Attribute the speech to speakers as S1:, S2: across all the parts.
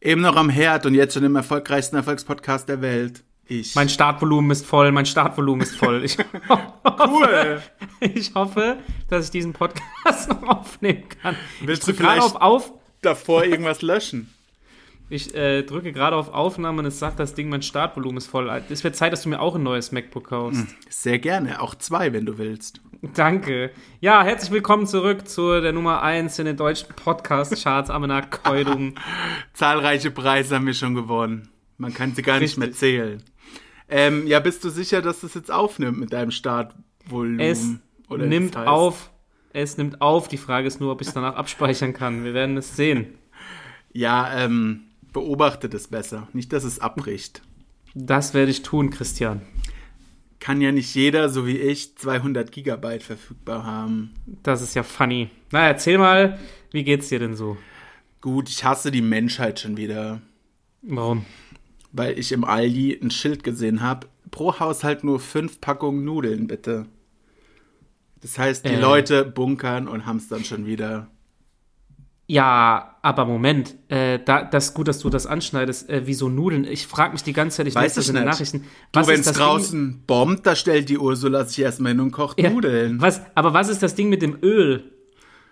S1: Eben noch am Herd und jetzt schon im erfolgreichsten Erfolgspodcast der Welt. Ich.
S2: Mein Startvolumen ist voll, mein Startvolumen ist voll. Ich
S1: cool.
S2: Ich hoffe, dass ich diesen Podcast noch aufnehmen kann.
S1: Willst
S2: ich
S1: du
S2: drück gerade
S1: vielleicht-
S2: auf, auf
S1: Davor irgendwas löschen.
S2: ich äh, drücke gerade auf Aufnahme und es sagt das Ding, mein Startvolumen ist voll. Es wird Zeit, dass du mir auch ein neues MacBook kaufst.
S1: Sehr gerne. Auch zwei, wenn du willst.
S2: Danke. Ja, herzlich willkommen zurück zu der Nummer 1 in den deutschen Podcast-Charts, Amena Keudum.
S1: Zahlreiche Preise haben wir schon gewonnen. Man kann sie gar nicht
S2: Richtig.
S1: mehr zählen. Ähm, ja, bist du sicher, dass das jetzt aufnimmt mit deinem Startvolumen?
S2: Es
S1: Oder wie
S2: nimmt
S1: das heißt?
S2: auf, es nimmt auf. Die Frage ist nur, ob ich es danach abspeichern kann. Wir werden es sehen.
S1: Ja, ähm, beobachte das besser. Nicht, dass es abbricht.
S2: Das werde ich tun, Christian.
S1: Kann ja nicht jeder, so wie ich, 200 Gigabyte verfügbar haben.
S2: Das ist ja funny. Na, erzähl mal, wie geht's dir denn so?
S1: Gut, ich hasse die Menschheit schon wieder.
S2: Warum?
S1: weil ich im Aldi ein Schild gesehen habe. Pro Haushalt nur fünf Packungen Nudeln, bitte. Das heißt, die
S2: Äh.
S1: Leute bunkern und hamstern schon wieder.
S2: Ja, aber Moment, äh, da, das ist gut, dass du das anschneidest. Äh, wieso Nudeln? Ich frage mich die ganze Zeit, ich
S1: Weiß
S2: lese das
S1: ich
S2: in den
S1: nicht.
S2: Nachrichten.
S1: Du, wenn
S2: ist
S1: es
S2: das Ding-
S1: draußen bombt, da stellt die Ursula sich erstmal hin und kocht
S2: Ja,
S1: Nudeln.
S2: Was, aber was ist das Ding mit dem Öl?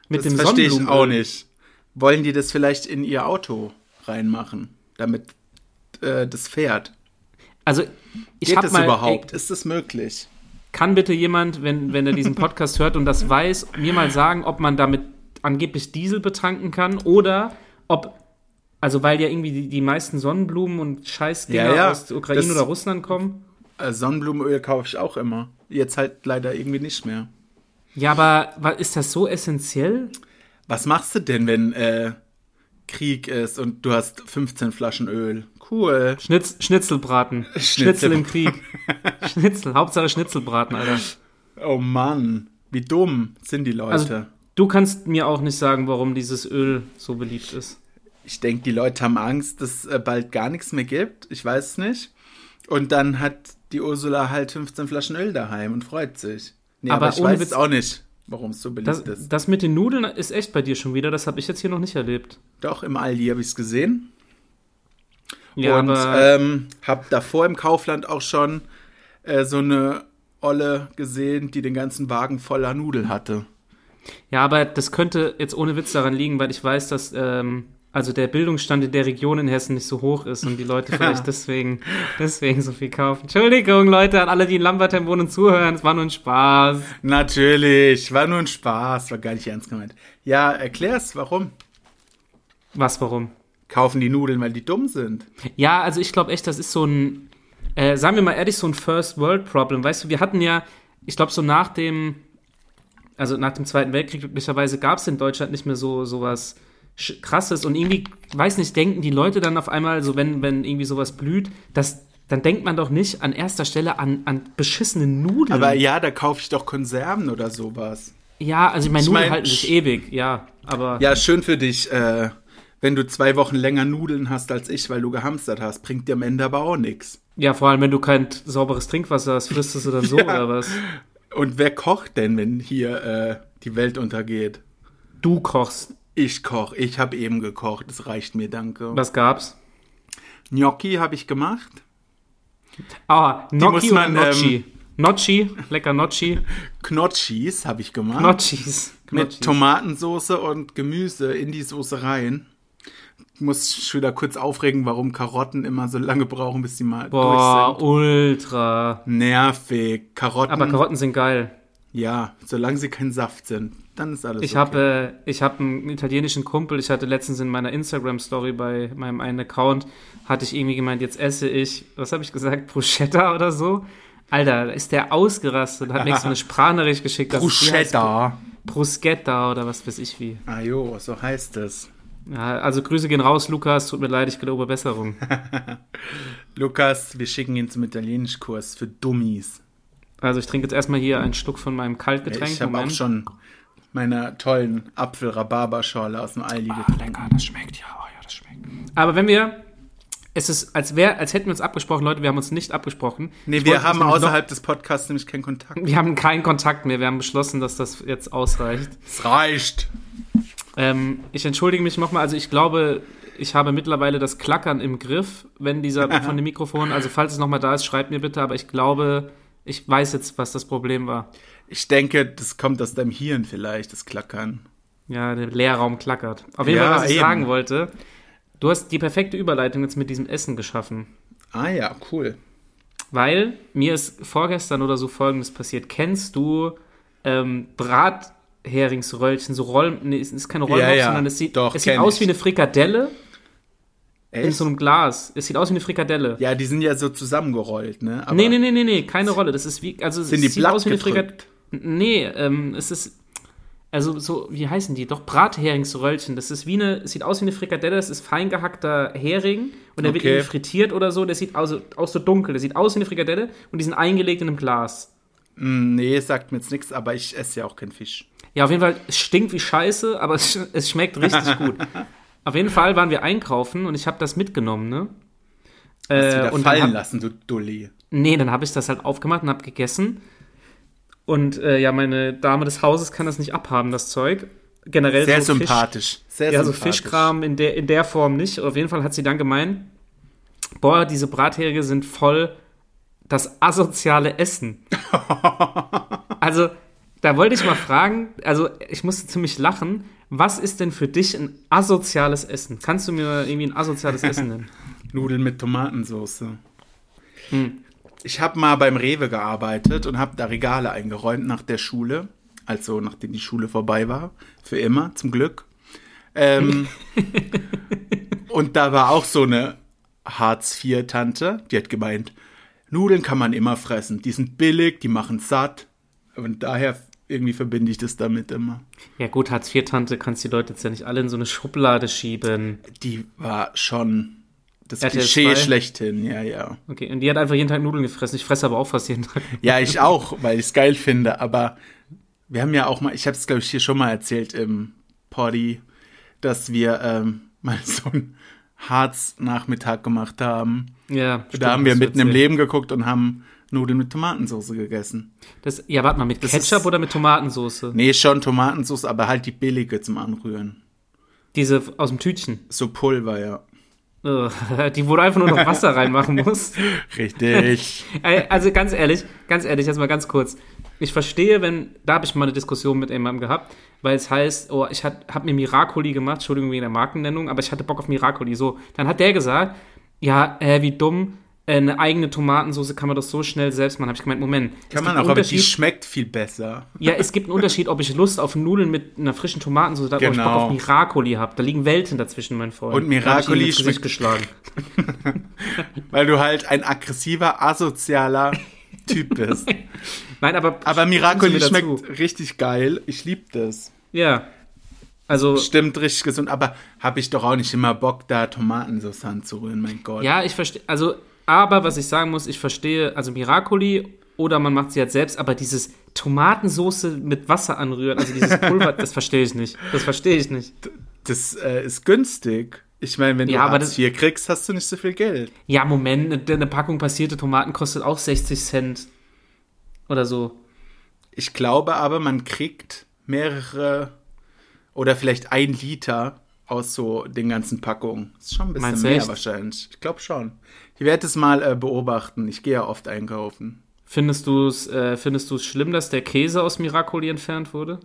S2: Mit
S1: das
S2: dem
S1: verstehe ich
S2: Sonnenblumenöl?
S1: auch nicht. Wollen die das vielleicht in ihr Auto reinmachen, damit äh, das fährt?
S2: Also, ich
S1: Geht
S2: hab
S1: das
S2: mal,
S1: überhaupt? Ist das möglich?
S2: Kann bitte jemand, wenn, wenn er diesen Podcast hört und das weiß, mir mal sagen, ob man damit angeblich Diesel betanken kann oder ob, also weil ja irgendwie die, die meisten Sonnenblumen und Scheißdinger
S1: Ja, ja,
S2: aus der Ukraine
S1: das-
S2: oder Russland kommen.
S1: Äh, Sonnenblumenöl kaufe ich auch immer. Jetzt halt leider irgendwie nicht mehr.
S2: Ja, aber wa- ist das so essentiell?
S1: Was machst du denn, wenn äh, Krieg ist und du hast 15 Flaschen Öl? Cool.
S2: Schnitz, Schnitzelbraten. Schnitzel im Krieg. Schnitzel, Hauptsache Schnitzelbraten, Alter.
S1: Oh Mann, wie dumm sind die Leute.
S2: Also, du kannst mir auch nicht sagen, warum dieses Öl so beliebt ist.
S1: ich denke, die Leute haben Angst, dass äh, bald gar nichts mehr gibt. Ich weiß es nicht. Und dann hat die Ursula halt 15 Flaschen Öl daheim und freut sich. Nee, aber,
S2: Aber
S1: ich
S2: ohne
S1: weiß
S2: Witz-
S1: auch nicht, warum es so beliebt
S2: Das,
S1: ist.
S2: das mit den Nudeln ist echt bei dir schon wieder, das habe ich jetzt hier noch nicht erlebt.
S1: Doch, im Aldi habe ich es gesehen.
S2: Ja,
S1: und
S2: aber
S1: ähm, habe davor im Kaufland auch schon äh, so eine Olle gesehen, die den ganzen Wagen voller Nudel hatte.
S2: Ja, aber das könnte jetzt ohne Witz daran liegen, weil ich weiß, dass ähm, also der Bildungsstand in der Region in Hessen nicht so hoch ist und die Leute vielleicht deswegen, deswegen so viel kaufen. Entschuldigung, Leute, an alle, die in Lambertheim wohnen und zuhören, es war nur ein Spaß.
S1: Natürlich, war nur ein Spaß, war gar nicht ernst gemeint. Ja, erklär's, warum?
S2: Was, warum?
S1: Kaufen die Nudeln, weil die dumm sind.
S2: Ja, also ich glaube echt, das ist so ein, äh, sagen wir mal ehrlich, so ein First-World-Problem. Weißt du, wir hatten ja, ich glaube so nach dem, also nach dem Zweiten Weltkrieg glücklicherweise gab es in Deutschland nicht mehr so sowas Sch- Krasses und irgendwie, weiß nicht, denken die Leute dann auf einmal, so wenn, wenn irgendwie sowas blüht, das, dann denkt man doch nicht an erster Stelle an, an beschissene Nudeln.
S1: Aber ja, da kaufe ich doch Konserven oder sowas.
S2: ja, also ich meine,
S1: Ich
S2: Nudeln
S1: mein,
S2: halten sich
S1: sch-
S2: ewig, ja, aber
S1: Ja, schön für dich, äh, wenn du zwei Wochen länger Nudeln hast als ich, weil du gehamstert hast, bringt dir am Ende aber auch nichts.
S2: ja, vor allem, wenn du kein sauberes Trinkwasser hast, frisst du sie dann so
S1: Ja.
S2: oder was?
S1: Und wer kocht denn, wenn hier äh, die Welt untergeht?
S2: Du kochst,
S1: Ich koch, ich habe eben gekocht, es reicht mir, danke.
S2: was gab's?
S1: Gnocchi habe ich gemacht.
S2: Ah,
S1: muss
S2: Gnocchi
S1: man,
S2: oder
S1: ähm,
S2: Nocci? Nocci, lecker Nocci.
S1: Knotschis habe ich gemacht.
S2: Noccis.
S1: mit Tomatensoße und Gemüse in die Soße rein. Ich muss schon wieder kurz aufregen, warum Karotten immer so lange brauchen, bis sie mal durch
S2: Boah, ultra.
S1: sind. Nervig. Karotten,
S2: Aber Karotten sind geil.
S1: ja, solange sie kein Saft sind, dann ist alles
S2: Ich
S1: okay.
S2: habe äh, ich habe einen italienischen Kumpel, ich hatte letztens in meiner Instagram Story bei meinem einen Account hatte ich irgendwie gemeint, jetzt esse ich, was habe ich gesagt, Bruschetta oder so. Alter, da ist der ausgerastet, hat mir so eine Sprachnachricht geschickt. dass es die heißt
S1: Bruschetta.
S2: Bruschetta oder was weiß ich wie.
S1: Ah jo, so heißt es.
S2: Ja, also Grüße gehen raus, Lukas, tut mir leid, ich gelobe Besserung.
S1: Lukas, wir schicken ihn zum Italienischkurs für Dummies.
S2: Also ich trinke jetzt erstmal hier einen Schluck von meinem Kaltgetränk.
S1: ich habe auch
S2: Moment.
S1: schon meiner tollen Apfel-Rhabarberschorle aus dem Aldi getrunken.
S2: Ah, lecker, das schmeckt ja. Oh ja, das schmeckt. Aber wenn wir. Es ist, als, wär, als hätten wir uns abgesprochen, Leute, wir haben uns nicht abgesprochen.
S1: Nee,
S2: Ich
S1: wir
S2: wollte
S1: haben
S2: mich nämlich
S1: außerhalb des Podcasts nämlich keinen Kontakt.
S2: Noch, wir haben keinen Kontakt mehr. Wir haben beschlossen, dass das jetzt ausreicht.
S1: Es reicht.
S2: Ähm, ich entschuldige mich nochmal. Also, ich glaube, Ich habe mittlerweile das Klackern im Griff, wenn dieser von dem Mikrofon, also falls es nochmal da ist, schreibt mir bitte, aber ich glaube, ich weiß jetzt, was das Problem war.
S1: Ich denke, das kommt aus deinem Hirn vielleicht, das Klackern.
S2: Ja, der Leerraum klackert. Auf jeden
S1: Ja,
S2: Fall, was ich
S1: eben.
S2: sagen wollte, du hast die perfekte Überleitung jetzt mit diesem Essen geschaffen.
S1: Ah ja, cool.
S2: Weil mir ist vorgestern oder so folgendes passiert. Kennst du ähm, Bratheringsröllchen, so Rollen, nee, es ist keine Rollen,
S1: Ja, ja.
S2: sondern es sieht,
S1: Doch,
S2: es sieht
S1: kenn
S2: aus
S1: ich.
S2: wie eine Frikadelle in
S1: Echt?
S2: so einem Glas. Es sieht aus wie eine Frikadelle.
S1: ja, die sind ja so zusammengerollt, ne? Aber
S2: nee, nee, nee, nee, nee, keine Rolle. Das ist wie, also es
S1: Sind die
S2: sieht aus wie eine
S1: plattgedrückt?
S2: Frikadelle. Nee, ähm, es ist, also so, wie heißen die? Doch, Bratheringsröllchen. Das ist wie eine, es sieht aus wie eine Frikadelle, das ist fein gehackter Hering und der wird
S1: Okay.
S2: irgendwie frittiert oder so. Der sieht aus, aus so dunkel, der sieht aus wie eine Frikadelle und die sind eingelegt in einem Glas.
S1: Mm, nee, sagt mir jetzt nichts, aber ich esse ja auch keinen Fisch.
S2: Ja, auf jeden Fall, es stinkt wie Scheiße, aber es, sch- es schmeckt richtig gut. Auf jeden Fall waren wir einkaufen und ich habe das mitgenommen, ne?
S1: Hast du
S2: Äh,
S1: wieder
S2: und
S1: fallen
S2: dann hab,
S1: lassen, du Dulli.
S2: nee, dann habe ich das halt aufgemacht und habe gegessen. Und äh, ja, meine Dame des Hauses kann das nicht abhaben, das Zeug. Generell
S1: Sehr
S2: so Fisch-
S1: sympathisch. Sehr
S2: ja, so
S1: sympathisch.
S2: Fischkram in der, in der Form nicht. Auf jeden Fall hat sie dann gemeint, boah, diese Bratherige sind voll das asoziale Essen. also, da wollte ich mal fragen, also ich musste ziemlich lachen, was ist denn für dich ein asoziales Essen? Kannst du mir irgendwie ein asoziales Essen nennen?
S1: Nudeln mit Tomatensauce. Ich habe mal beim Rewe gearbeitet und habe da Regale eingeräumt nach der Schule. Also nachdem die Schule vorbei war. Für immer, zum Glück. Ähm, und da war auch so eine Hartz-IV-Tante, die hat gemeint, Nudeln kann man immer fressen. Die sind billig, die machen satt. Und daher irgendwie verbinde ich das damit immer.
S2: Ja gut, Hartz-IV-Tante kannst die Leute jetzt ja nicht alle in so eine Schublade schieben.
S1: Die war schon das
S2: RTL
S1: Klischee
S2: 2?
S1: schlechthin, ja, ja.
S2: Okay, und die hat einfach jeden Tag Nudeln gefressen. Ich fresse aber auch fast jeden Tag.
S1: Ja, ich auch, weil ich es geil finde. Aber wir haben ja auch mal, ich habe es, glaube ich, hier schon mal erzählt im Poddy, dass wir ähm, mal so einen Harz-Nachmittag gemacht haben.
S2: Ja, stimmt,
S1: da haben wir
S2: hast du
S1: mitten im
S2: erzählt.
S1: Leben geguckt und haben Nudeln mit Tomatensauce gegessen.
S2: Das, ja, warte mal, mit
S1: Das
S2: Ketchup
S1: ist-
S2: oder mit Tomatensauce?
S1: Nee, schon Tomatensauce, aber halt die billige zum Anrühren.
S2: Diese aus dem Tütchen.
S1: So Pulver, ja.
S2: Ugh, Die, wo du einfach nur noch Wasser reinmachen musst.
S1: Richtig.
S2: Ey, Also ganz ehrlich, ganz ehrlich, jetzt mal ganz kurz. Ich verstehe, wenn, da habe ich mal eine Diskussion mit jemandem gehabt, weil es heißt, oh, ich habe hab mir Miracoli gemacht, Entschuldigung wegen der Markennennung, aber ich hatte Bock auf Miracoli. So, dann hat der gesagt, ja, äh, wie dumm, äh, eine eigene Tomatensauce kann man doch so schnell selbst machen. Habe ich gemeint, Moment. es
S1: Kann
S2: gibt
S1: man
S2: einen
S1: auch, aber die
S2: Unterschied-
S1: schmeckt viel besser.
S2: Ja, es gibt einen Unterschied, ob ich Lust auf Nudeln mit einer frischen Tomatensauce oder ob ich Bock
S1: Genau.
S2: auf Miracoli habe. Da liegen Welten dazwischen, mein Freund.
S1: Und
S2: Da hab ich ihm
S1: Miracoli
S2: ins Gesicht
S1: schmeckt-
S2: geschlagen.
S1: Weil du halt ein aggressiver, asozialer Typ bist.
S2: Nein, aber
S1: Aber Miracoli
S2: Stimmen Sie mir
S1: schmeckt richtig geil. Ich liebe das.
S2: Ja. Also,
S1: Stimmt richtig gesund, aber habe ich doch auch nicht immer Bock, da Tomatensauce anzurühren, mein Gott.
S2: ja, ich verstehe. Also, aber was ich sagen muss, ich verstehe, also Miracoli oder man macht sie halt selbst, aber dieses Tomatensoße mit Wasser anrühren, also dieses Pulver, das verstehe ich nicht. Das verstehe ich nicht.
S1: Das äh, ist günstig. Ich meine, wenn
S2: Ja,
S1: du
S2: aber
S1: Hartz
S2: das-
S1: IV kriegst, hast du nicht so viel Geld.
S2: Ja, Moment, ne, eine, eine Packung passierte Tomaten kostet auch 60 Cent. Oder so.
S1: Ich glaube aber, man kriegt mehrere oder vielleicht ein Liter aus so den ganzen Packungen. Ist schon ein bisschen
S2: Meinst du
S1: mehr
S2: echt?
S1: wahrscheinlich. Ich glaube schon. Ich werde es mal äh, beobachten. Ich gehe ja oft einkaufen.
S2: Findest du es äh, findest du's schlimm, dass der Käse aus Miracoli entfernt wurde?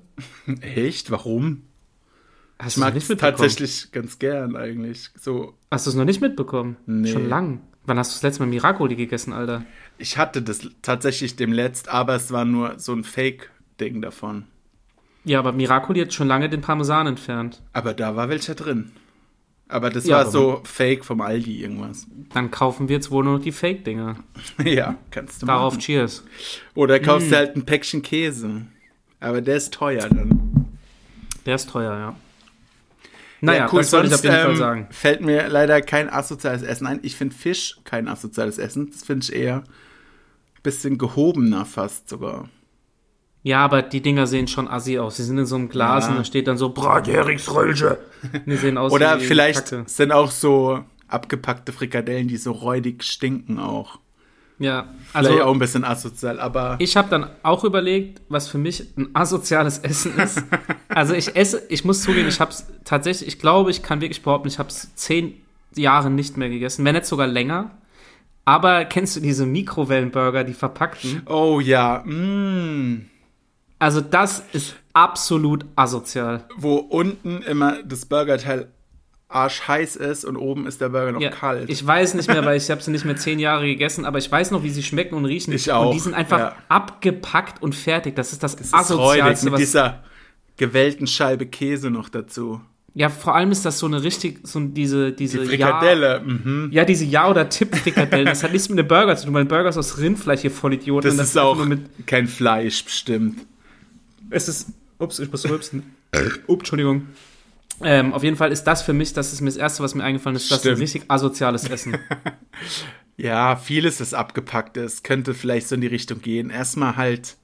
S1: Echt? Warum? Ich
S2: Hast
S1: mag
S2: du's
S1: es tatsächlich ganz gern eigentlich. So
S2: Hast du es noch nicht mitbekommen?
S1: Nee.
S2: Schon lang. Wann hast du das letzte Mal Miracoli gegessen, Alter?
S1: Ich hatte das tatsächlich dem Letzt, aber es war nur so ein Fake-Ding davon.
S2: Ja, aber Miracoli hat schon lange den Parmesan entfernt.
S1: Aber da war welcher drin. Aber das
S2: Ja,
S1: war
S2: aber-
S1: so Fake vom Aldi irgendwas.
S2: Dann kaufen wir jetzt wohl nur noch die Fake-Dinger.
S1: ja, kannst du
S2: Darauf Hm.
S1: machen.
S2: Cheers.
S1: Oder kaufst du halt ein Päckchen Käse. Aber der ist teuer dann.
S2: Der ist teuer, ja. Naja,
S1: Ja, cool.
S2: das wollte ich auf
S1: Sonst,
S2: jeden Fall
S1: ähm,
S2: sagen.
S1: Fällt mir leider kein asoziales Essen ein. Ich finde Fisch kein asoziales Essen. Das finde ich eher ein bisschen gehobener fast sogar.
S2: Ja, aber die Dinger sehen schon assi aus. Sie sind in so einem Glas
S1: Ja.
S2: und da steht dann so Bratheringsrölche. Die sehen aus
S1: Oder
S2: wie
S1: vielleicht
S2: Kacke.
S1: sind auch so abgepackte Frikadellen, die so räudig stinken auch.
S2: Ja,
S1: also Vielleicht auch ein bisschen asozial, aber
S2: ich habe dann auch überlegt, was für mich ein asoziales Essen ist. also ich esse, ich muss zugeben, ich habe es tatsächlich, ich glaube, ich kann wirklich behaupten, ich habe es zehn Jahre nicht mehr gegessen, wenn nicht sogar länger. Aber kennst du diese Mikrowellenburger, die verpackten?
S1: oh ja, mm,
S2: Also das ist absolut asozial.
S1: wo unten immer das Burgerteil arschheiß ist und oben ist der Burger noch
S2: Ja,
S1: kalt.
S2: Ich weiß nicht mehr, weil ich habe sie nicht mehr zehn Jahre gegessen, aber ich weiß noch, wie sie schmecken und riechen.
S1: Ich auch,
S2: Und die sind einfach
S1: ja.
S2: abgepackt und fertig. Das ist das,
S1: Das ist räudig
S2: asozialste,
S1: mit
S2: was
S1: dieser gewellten Scheibe Käse noch dazu.
S2: Ja, vor allem ist das so eine richtig, so diese, diese
S1: Die
S2: Also Ja,
S1: Frikadelle, mhm.
S2: ja, diese Ja- oder Tipp-Frikadellen. das hat nichts mit einem Burger zu tun, weil ein Burger ist aus Rindfleisch, ihr Vollidioten.
S1: das,
S2: Und
S1: ist auch
S2: nur Mit,
S1: kein Fleisch bestimmt.
S2: es ist. Ups, ich muss rülpsen. Ups, Entschuldigung. Ähm, auf jeden Fall ist das für mich, das ist mir das Erste, was mir eingefallen ist, das ist ein
S1: Stimmt.
S2: richtig asoziales Essen.
S1: Ja, vieles, das abgepackt ist, könnte vielleicht so in die Richtung gehen. Erstmal halt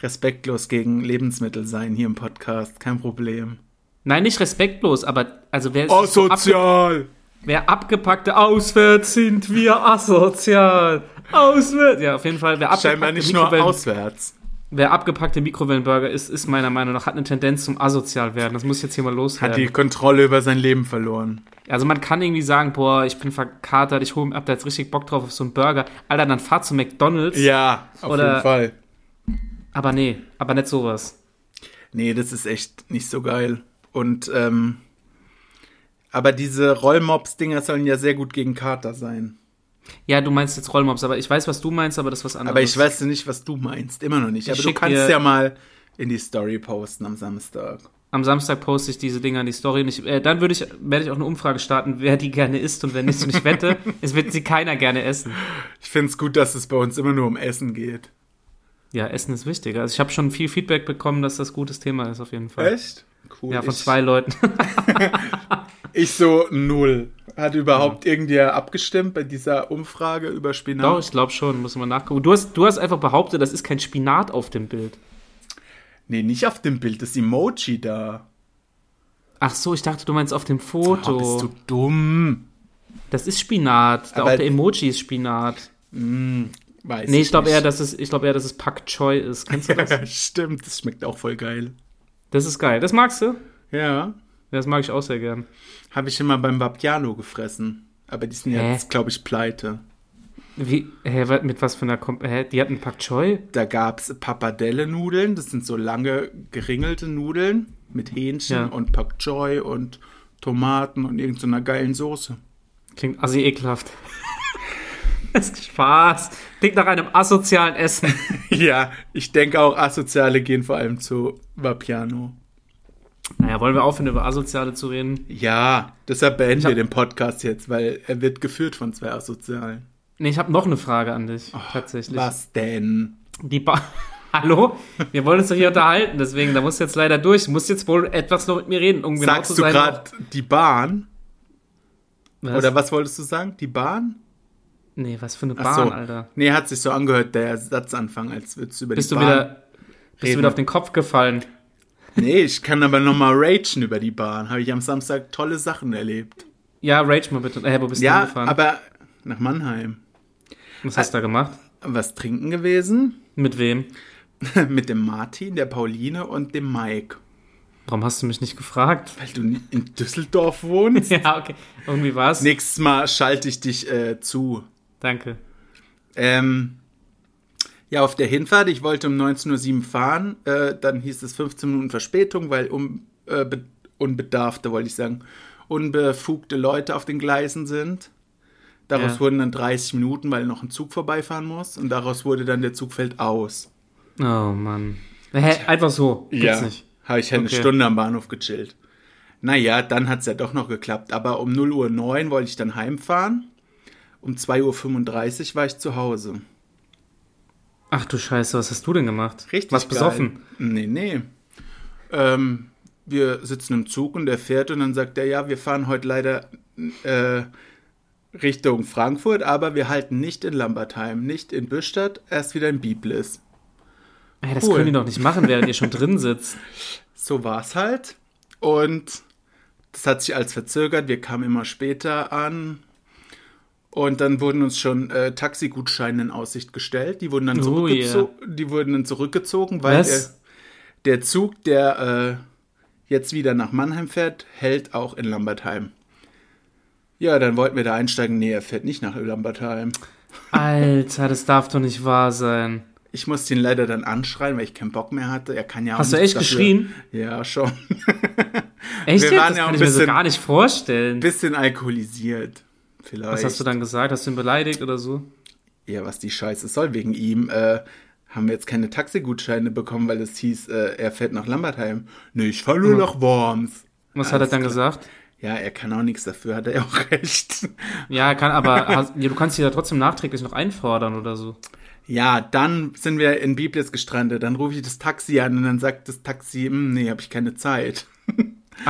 S1: respektlos gegen Lebensmittel sein hier im Podcast, kein Problem.
S2: Nein, nicht respektlos, aber also wer, ist so abge
S1: Asozial!
S2: wer abgepackte auswärts sind wir asozial. Auswärts. Ja, auf jeden Fall, wer abgepackte
S1: Scheinbar nicht nur
S2: Mikrowellen-
S1: auswärts.
S2: Wer abgepackte Mikrowellenburger ist, ist meiner Meinung nach, hat eine Tendenz zum asozial werden. Das muss ich jetzt hier mal
S1: Hat die
S2: loswerden.
S1: Kontrolle über sein Leben verloren.
S2: Also man kann irgendwie sagen, boah, ich bin verkatert, ich hol, hab da jetzt richtig Bock drauf auf so einen Burger. Alter, dann fahr zu McDonalds.
S1: Ja, auf
S2: Oder-
S1: jeden Fall.
S2: Aber nee, aber nicht sowas.
S1: Nee, das ist echt nicht so geil. Und, ähm, aber diese Rollmops-Dinger sollen ja sehr gut gegen Kater sein.
S2: Ja, du meinst jetzt Rollmops, aber ich weiß, was du meinst, aber das ist was anderes.
S1: Aber ich weiß nicht, was du meinst. Immer noch nicht.
S2: Ich
S1: Aber du
S2: schick
S1: kannst
S2: dir-
S1: ja mal in die Story posten am Samstag.
S2: Am Samstag poste ich diese Dinger in die Story. Und ich, äh, dann würde ich, werde ich auch eine Umfrage starten, wer die gerne isst und wer nicht. Und ich wette, es wird sie keiner gerne essen.
S1: Ich finde es gut, dass es bei uns immer nur um Essen geht.
S2: Ja, Essen ist wichtig. Also ich habe schon viel Feedback bekommen, dass das gutes Thema ist auf jeden Fall.
S1: Echt? Cool.
S2: Ja, von
S1: ich,
S2: zwei Leuten.
S1: Ich so null. Hat überhaupt irgendwer abgestimmt bei dieser Umfrage über Spinat?
S2: Doch, ich glaube schon, muss man nachgucken. Du hast, du hast einfach behauptet, das ist kein Spinat auf dem Bild.
S1: Nee, nicht auf dem Bild, das Emoji da.
S2: Ach so, ich dachte, du meinst auf dem
S1: Oh,
S2: Foto.
S1: bist du dumm?
S2: das ist Spinat. Da
S1: Aber-
S2: auch der Emoji ist Spinat.
S1: Weiß
S2: Nee, ich glaube
S1: nicht.
S2: eher, dass es, ich glaube eher, dass es Pak Choi ist. Kennst du das?
S1: Stimmt, das schmeckt auch voll geil.
S2: das ist geil. Das magst du?
S1: Ja.
S2: Das mag ich auch sehr gern.
S1: Habe ich immer beim Vapiano gefressen. Aber die sind
S2: Hä?
S1: jetzt, glaube ich, pleite.
S2: Wie, hä, wa- mit was für einer Kom Hä, die hatten Pak Choi?
S1: Da gab es Pappardelle-Nudeln. Das sind so lange geringelte Nudeln mit Hähnchen
S2: Ja.
S1: und Pak Choi und Tomaten und irgendeiner geilen Soße.
S2: Klingt assi ekelhaft. das ist Spaß. Klingt nach einem asozialen Essen.
S1: Ja, ich denke auch, Asoziale gehen vor allem zu Vapiano.
S2: Naja, wollen wir aufhören, über Asoziale zu reden?
S1: Ja, deshalb beenden
S2: hab-
S1: wir den Podcast jetzt, weil er wird geführt von zwei Asozialen.
S2: Nee, ich habe noch eine Frage an dich, tatsächlich.
S1: Oh, Was denn?
S2: Die ba Hallo? Wir wollen uns doch hier unterhalten, deswegen, da musst du jetzt leider durch. Du musst jetzt wohl etwas noch mit mir reden, um genau zu
S1: Sagst du
S2: sein.
S1: gerade die Bahn?
S2: was?
S1: Oder was wolltest du sagen? Die Bahn?
S2: Nee, was für eine Bahn,
S1: Ach so.
S2: Alter.
S1: Nee, hat sich so angehört, der Satzanfang, als würdest du über
S2: Bist
S1: die
S2: du
S1: Bahn
S2: wieder, bist du
S1: reden.
S2: wieder auf den Kopf gefallen?
S1: Nee, ich kann aber nochmal ragen über die Bahn. Habe ich am Samstag tolle Sachen erlebt.
S2: Ja, rage mal bitte. Äh, wo bist du
S1: Ja,
S2: hingefahren?
S1: aber nach Mannheim.
S2: was
S1: äh,
S2: hast du da gemacht?
S1: Was trinken gewesen?
S2: Mit wem?
S1: Mit dem Martin, der Pauline und dem Mike.
S2: Warum hast du mich nicht gefragt?
S1: Weil du nie in Düsseldorf wohnst.
S2: Ja, okay. Und wie war's?
S1: Nächstes Mal schalte ich dich äh, zu.
S2: Danke.
S1: Ähm, ja, auf der Hinfahrt, ich wollte um 19.07 Uhr fahren, äh, dann hieß es 15 Minuten Verspätung, weil um, äh, be- unbedarfte, wollte ich sagen, unbefugte Leute auf den Gleisen sind. Daraus
S2: Ja.
S1: wurden dann 30 Minuten, weil noch ein Zug vorbeifahren muss und daraus wurde dann der Zug fällt aus.
S2: Oh Mann. Hä, einfach so. Gibt's nicht.
S1: habe ich ja eine
S2: Okay.
S1: Stunde am Bahnhof gechillt. Naja, dann hat es ja doch noch geklappt, aber um 0.09 Uhr wollte ich dann heimfahren. Um 2.35 Uhr war ich zu Hause.
S2: Ach du Scheiße, was hast du denn gemacht?
S1: Richtig.
S2: Was
S1: geil.
S2: besoffen?
S1: Nee, nee. Ähm, wir sitzen im Zug und der fährt und dann sagt er, ja, wir fahren heute leider äh, Richtung Frankfurt, aber wir halten nicht in Lambertheim, nicht in Büstadt, erst wieder in Biblis.
S2: Hä, das
S1: Cool.
S2: können die doch nicht machen, während ihr schon drin sitzt.
S1: So war's halt. Und das hat sich alles verzögert, wir kamen immer später an. Und dann wurden uns schon äh, Taxigutscheine in Aussicht gestellt. Die wurden dann,
S2: Oh,
S1: zurückgezo die wurden dann zurückgezogen, weil der,
S2: Was?
S1: der Zug, der äh, jetzt wieder nach Mannheim fährt, hält auch in Lambertheim. Ja, dann wollten wir da einsteigen. Nee, er fährt nicht nach Lambertheim.
S2: Alter, das darf doch nicht wahr sein.
S1: Ich musste ihn leider dann anschreien, weil ich keinen Bock mehr hatte. Er kann ja auch
S2: Hast du
S1: nichts
S2: echt
S1: dafür.
S2: geschrien?
S1: Ja, schon.
S2: Echt
S1: Wir
S2: jetzt?
S1: waren
S2: Das
S1: ja auch
S2: kann
S1: ein
S2: ich mir so
S1: bisschen-
S2: gar nicht vorstellen.
S1: Bisschen alkoholisiert. Vielleicht.
S2: Was hast du dann gesagt? Hast du ihn beleidigt oder so?
S1: Ja, was die Scheiße soll. Wegen ihm äh, haben wir jetzt keine Taxigutscheine bekommen, weil es hieß, äh, er fährt nach Lambertheim. Nee, ich fahre nur nach Worms.
S2: Mhm. Was hat er
S1: Alles
S2: dann
S1: klar.
S2: gesagt?
S1: Ja, er kann auch nichts dafür, hat er ja auch recht.
S2: Ja, kann, aber hast, ja, du kannst ihn ja trotzdem nachträglich noch einfordern oder so.
S1: Ja, dann sind wir in Biblis gestrandet. Dann rufe ich das Taxi an und dann sagt das Taxi, "Hm, nee, habe ich keine Zeit.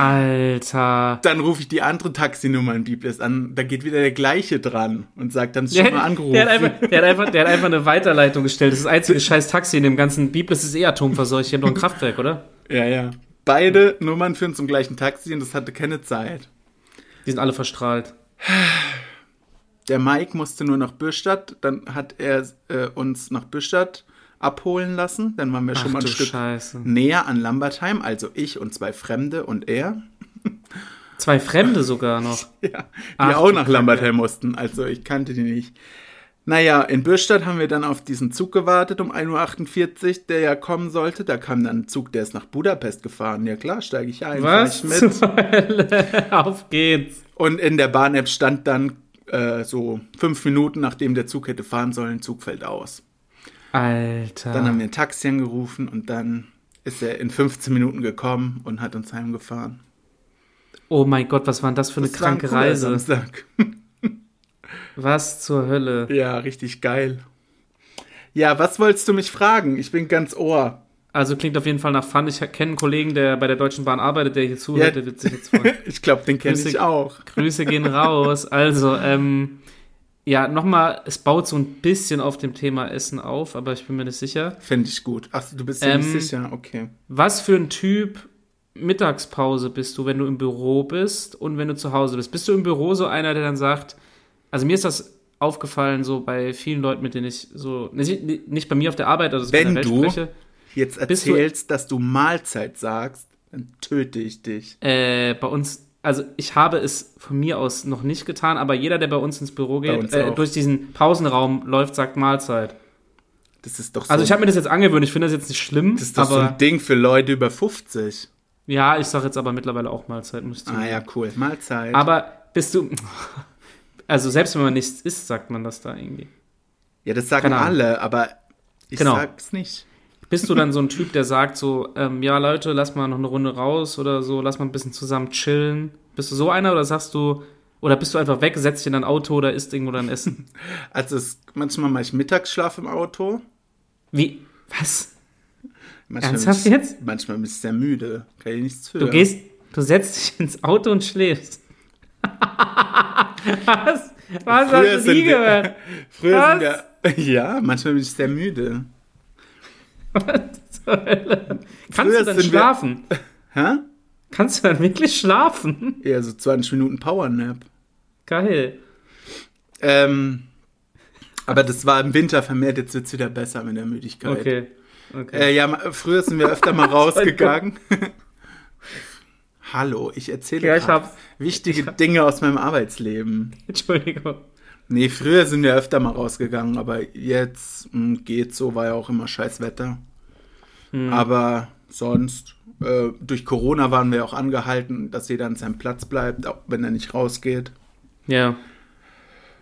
S2: Alter.
S1: Dann rufe ich die andere Taxinummer in Biblis an. Da geht wieder der gleiche dran und sagt, haben Sie
S2: Der,
S1: schon mal
S2: hat-
S1: angerufen.
S2: der, hat einfach, der, hat einfach, der hat einfach eine Weiterleitung gestellt. Das ist das einzige scheiß Taxi in dem ganzen Biblis ist eh atomverseucht. Die haben doch ein Kraftwerk, oder?
S1: ja, ja. Beide Nummern führen zum gleichen Taxi und das hatte keine Zeit.
S2: Die sind alle verstrahlt.
S1: Der Mike musste nur nach Bürstadt, dann hat er äh, uns nach Bürstadt abholen lassen. Dann waren wir schon
S2: Ach
S1: mal ein
S2: du
S1: Stück
S2: Scheiße.
S1: näher an Lambertheim, also ich und zwei Fremde und er,
S2: Zwei Fremde sogar noch.
S1: ja, die
S2: Ach,
S1: auch
S2: du
S1: nach
S2: Kacke.
S1: Lambertheim mussten. Also ich kannte die nicht. Naja, in Bürstadt haben wir dann auf diesen Zug gewartet um 1.48 Uhr, der ja kommen sollte. Da kam dann ein Zug, der ist nach Budapest gefahren. Ja klar, steige ich ein. fahr
S2: Was?
S1: Ich mit.
S2: Zur Hölle? Auf geht's.
S1: Und in der Bahn-App stand dann äh, so fünf Minuten, nachdem der Zug hätte fahren sollen, Zug fällt aus.
S2: Alter.
S1: Dann haben wir ein Taxi angerufen und dann ist er in 15 Minuten gekommen und hat uns heimgefahren.
S2: oh mein Gott, was war denn das für eine
S1: Das war ein
S2: kranke
S1: cooler
S2: Reise?
S1: Samstag.
S2: Was zur Hölle?
S1: Ja, richtig geil. Ja, was wolltest du mich fragen? Ich bin ganz ohr.
S2: Also klingt auf jeden Fall nach Fun. Ich kenne einen Kollegen, der bei der Deutschen Bahn arbeitet, der hier zuhört,
S1: Ja.
S2: der wird sich jetzt freuen.
S1: Ich glaube, den kenne ich
S2: Grüße.
S1: auch.
S2: Grüße gehen raus. Also, ähm, ja, nochmal, es baut so ein bisschen auf dem Thema Essen auf, aber ich bin mir nicht sicher.
S1: Finde ich gut. Ach, du bist dir
S2: Ähm,
S1: nicht sicher. Okay.
S2: Was für ein Typ Mittagspause bist du, wenn du im Büro bist und wenn du zu Hause bist? Bist du im Büro so einer, der dann sagt, also mir ist das aufgefallen, so bei vielen Leuten, mit denen ich so, nicht, nicht bei mir auf der Arbeit, also
S1: Wenn
S2: generell
S1: du-
S2: spreche.
S1: Jetzt
S2: Bist du-
S1: erzählst, dass du Mahlzeit sagst, dann töte ich dich.
S2: Äh, bei uns, also ich habe es von mir aus noch nicht getan, aber jeder, der bei uns ins Büro
S1: uns
S2: geht, äh,
S1: auch.
S2: durch diesen Pausenraum läuft, sagt Mahlzeit.
S1: Das ist doch so,
S2: Also ich habe mir das jetzt angewöhnt, ich finde das jetzt nicht schlimm,
S1: das ist doch so
S2: aber
S1: ein Ding für Leute über 50.
S2: ja, ich sage jetzt aber mittlerweile auch Mahlzeit, muss ich
S1: Ah
S2: zugeben.
S1: ja, cool. Mahlzeit.
S2: Aber bist du, also selbst wenn man nichts isst, sagt man das da irgendwie.
S1: ja, das sagen
S2: keine Ahnung.
S1: alle, aber ich
S2: Genau.
S1: sag's nicht.
S2: Bist du dann so ein Typ, der sagt so, ähm, ja Leute, lass mal noch eine Runde raus oder so, lass mal ein bisschen zusammen chillen. Bist du so einer oder sagst du, oder bist du einfach weg, setzt dich in dein Auto oder isst irgendwo dein Essen?
S1: Also es, manchmal mache ich Mittagsschlaf im Auto.
S2: Wie, was?
S1: Manchmal
S2: Ernsthaft
S1: bin ich,
S2: jetzt?
S1: Manchmal bin ich sehr müde. Kann ich nichts für.
S2: Du gehst, du setzt dich ins Auto und schläfst. was? Was
S1: Früher
S2: hast du
S1: sind
S2: nie
S1: wir-
S2: gehört?
S1: Früher
S2: Was?
S1: sind wir- ja, manchmal bin ich sehr müde.
S2: Was zur Hölle? Kannst
S1: Früher
S2: du
S1: sind
S2: dann
S1: wir-
S2: schlafen?
S1: Hä?
S2: Kannst du dann wirklich schlafen?
S1: Ja, so 20 Minuten Powernap.
S2: Geil.
S1: Ähm, aber das war im Winter vermehrt, jetzt wird's wieder besser mit der Müdigkeit.
S2: Okay. okay.
S1: Äh, ja, ma- früher sind wir öfter mal rausgegangen. Hallo, ich erzähle
S2: Ja, ich
S1: grad
S2: hab's.
S1: wichtige Dinge aus meinem Arbeitsleben.
S2: Entschuldigung.
S1: Nee, früher sind wir öfter mal rausgegangen, aber jetzt mh, geht so, war ja auch immer scheiß Wetter.
S2: Hm.
S1: Aber sonst, äh, durch Corona waren wir auch angehalten, dass jeder an seinem Platz bleibt, auch wenn er nicht rausgeht.
S2: Ja.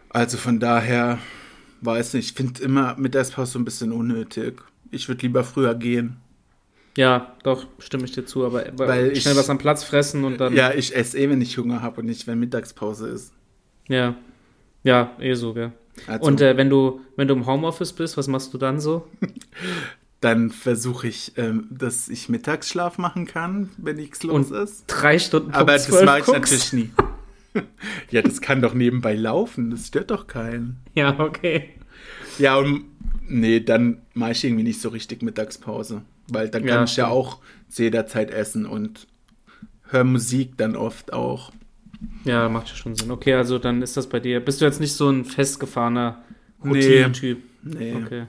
S1: Also von daher, weiß nicht, ich finde immer Mittagspause so ein bisschen unnötig. Ich würde lieber früher gehen.
S2: Ja, doch, stimme ich dir zu, aber
S1: Weil ich-
S2: schnell was am Platz fressen und dann.
S1: Ja, ich esse eh, wenn ich Hunger habe und nicht, wenn Mittagspause ist.
S2: Ja, ja eh so, gell.
S1: Also
S2: Und äh, wenn du, wenn du im Homeoffice bist, was machst du dann so?
S1: dann versuche ich, ähm, dass ich Mittagsschlaf machen kann, wenn nichts los
S2: Und-
S1: ist.
S2: Drei Stunden Punkt
S1: Aber das
S2: 12
S1: mache ich
S2: guckst?
S1: natürlich nie. ja, das kann doch nebenbei laufen, das stört doch keinen.
S2: Ja, okay.
S1: Ja, und nee, dann mache ich irgendwie nicht so richtig Mittagspause. Weil dann kann
S2: Ja,
S1: ich ja auch zu jeder Zeit essen und höre Musik dann oft auch.
S2: Ja, macht ja schon Sinn. Okay, also dann ist das bei dir. Bist du jetzt nicht so ein festgefahrener Routine-Typ?
S1: Nee. nee. Okay.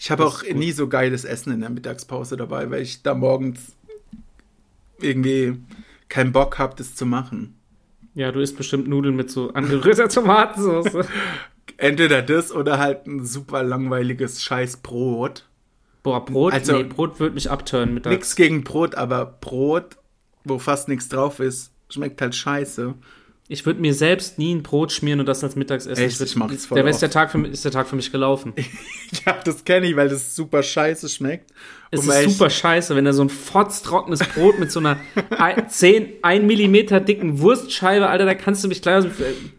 S1: Ich habe auch nie so geiles Essen in der Mittagspause dabei, weil ich da morgens irgendwie keinen Bock habe, das zu machen.
S2: Ja, du isst bestimmt Nudeln mit so angerührter Tomatensauce.
S1: Entweder das oder halt ein super langweiliges Scheißbrot.
S2: Boah, Brot, also, nee, Brot wird mich abtören mittags.
S1: Nix gegen Brot, aber Brot, wo fast nichts drauf ist, schmeckt halt scheiße.
S2: Ich würde mir selbst nie ein Brot schmieren und das als Mittagsessen.
S1: Echt, ich
S2: würd,
S1: ich
S2: der Rest der Tag für, ist der Tag für mich gelaufen.
S1: ja, das kenne ich, weil das super scheiße schmeckt.
S2: Es
S1: um
S2: und ist super scheiße, wenn da so ein fotztrockenes Brot mit so einer 10, 1 Millimeter dicken Wurstscheibe, Alter, da kannst du mich gleich, also,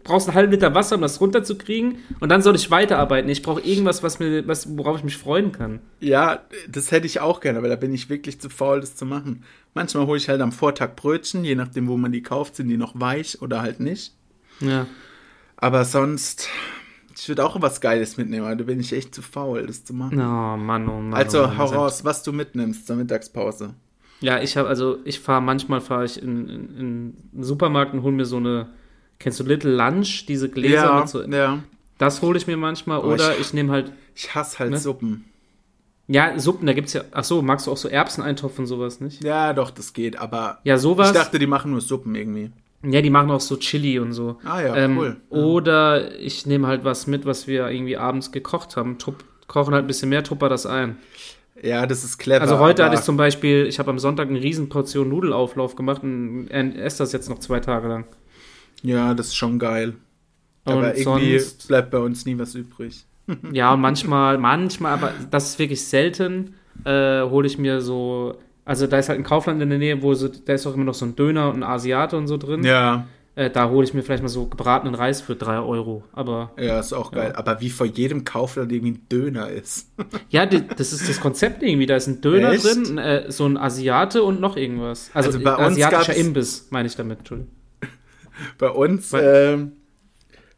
S2: brauchst einen halben Liter Wasser, um das runterzukriegen und dann soll ich weiterarbeiten. Ich brauche irgendwas, was mir, was, worauf ich mich freuen kann.
S1: Ja, das hätte ich auch gerne, aber da bin ich wirklich zu faul, das zu machen. Manchmal hole ich halt am Vortag Brötchen, je nachdem, wo man die kauft, sind die noch weich oder halt nicht.
S2: Ja.
S1: Aber sonst, ich würde auch was Geiles mitnehmen, aber da bin ich echt zu faul, das zu machen.
S2: Oh Mann, oh Mann.
S1: Also
S2: oh Mann,
S1: hau raus, was du mitnimmst zur Mittagspause.
S2: Ja, ich habe, also ich fahre, manchmal fahre ich in, in, in, den Supermarkt und hole mir so eine, kennst du Little Lunch, diese Gläser?
S1: Ja,
S2: so,
S1: ja.
S2: Das hole ich mir manchmal
S1: Oh,
S2: oder
S1: ich-
S2: ich, nehme halt,
S1: Ich hasse halt
S2: Ne?
S1: Suppen.
S2: ja, Suppen, da gibt's ja, ach so, magst du auch so Erbseneintopf und sowas, nicht?
S1: Ja, doch, das geht, aber
S2: Ja, sowas.
S1: ich dachte, die machen nur Suppen irgendwie.
S2: Ja, die machen auch so Chili und so.
S1: Ah ja,
S2: ähm,
S1: cool. Ja.
S2: Oder ich nehme halt was mit, was wir irgendwie abends gekocht haben. Tupp, kochen halt ein bisschen mehr, tupper das ein.
S1: Ja, das ist clever.
S2: Also heute
S1: aber-
S2: hatte ich zum Beispiel, ich habe am Sonntag eine Riesenportion Nudelauflauf gemacht und äh, esse das jetzt noch zwei Tage lang.
S1: Ja, das ist schon geil.
S2: Und
S1: Aber irgendwie
S2: sonst,
S1: bleibt bei uns nie was übrig.
S2: ja, und manchmal, manchmal, aber das ist wirklich selten, äh, hole ich mir so, also da ist halt ein Kaufland in der Nähe, wo so, da ist auch immer noch so ein Döner und ein Asiate und so drin.
S1: Ja,
S2: Äh, da hole ich mir vielleicht mal so gebratenen Reis für drei Euro. Aber
S1: ja, ist auch geil. Aber wie vor jedem Kaufland irgendwie ein Döner ist.
S2: Ja, di- das ist das Konzept irgendwie. Da ist ein Döner
S1: Echt?
S2: drin, ein, äh, so ein Asiate und noch irgendwas. Also,
S1: Also bei uns
S2: asiatischer
S1: gab's-
S2: Imbiss, meine ich damit. Entschuldigung.
S1: Bei uns
S2: Weil-
S1: ähm,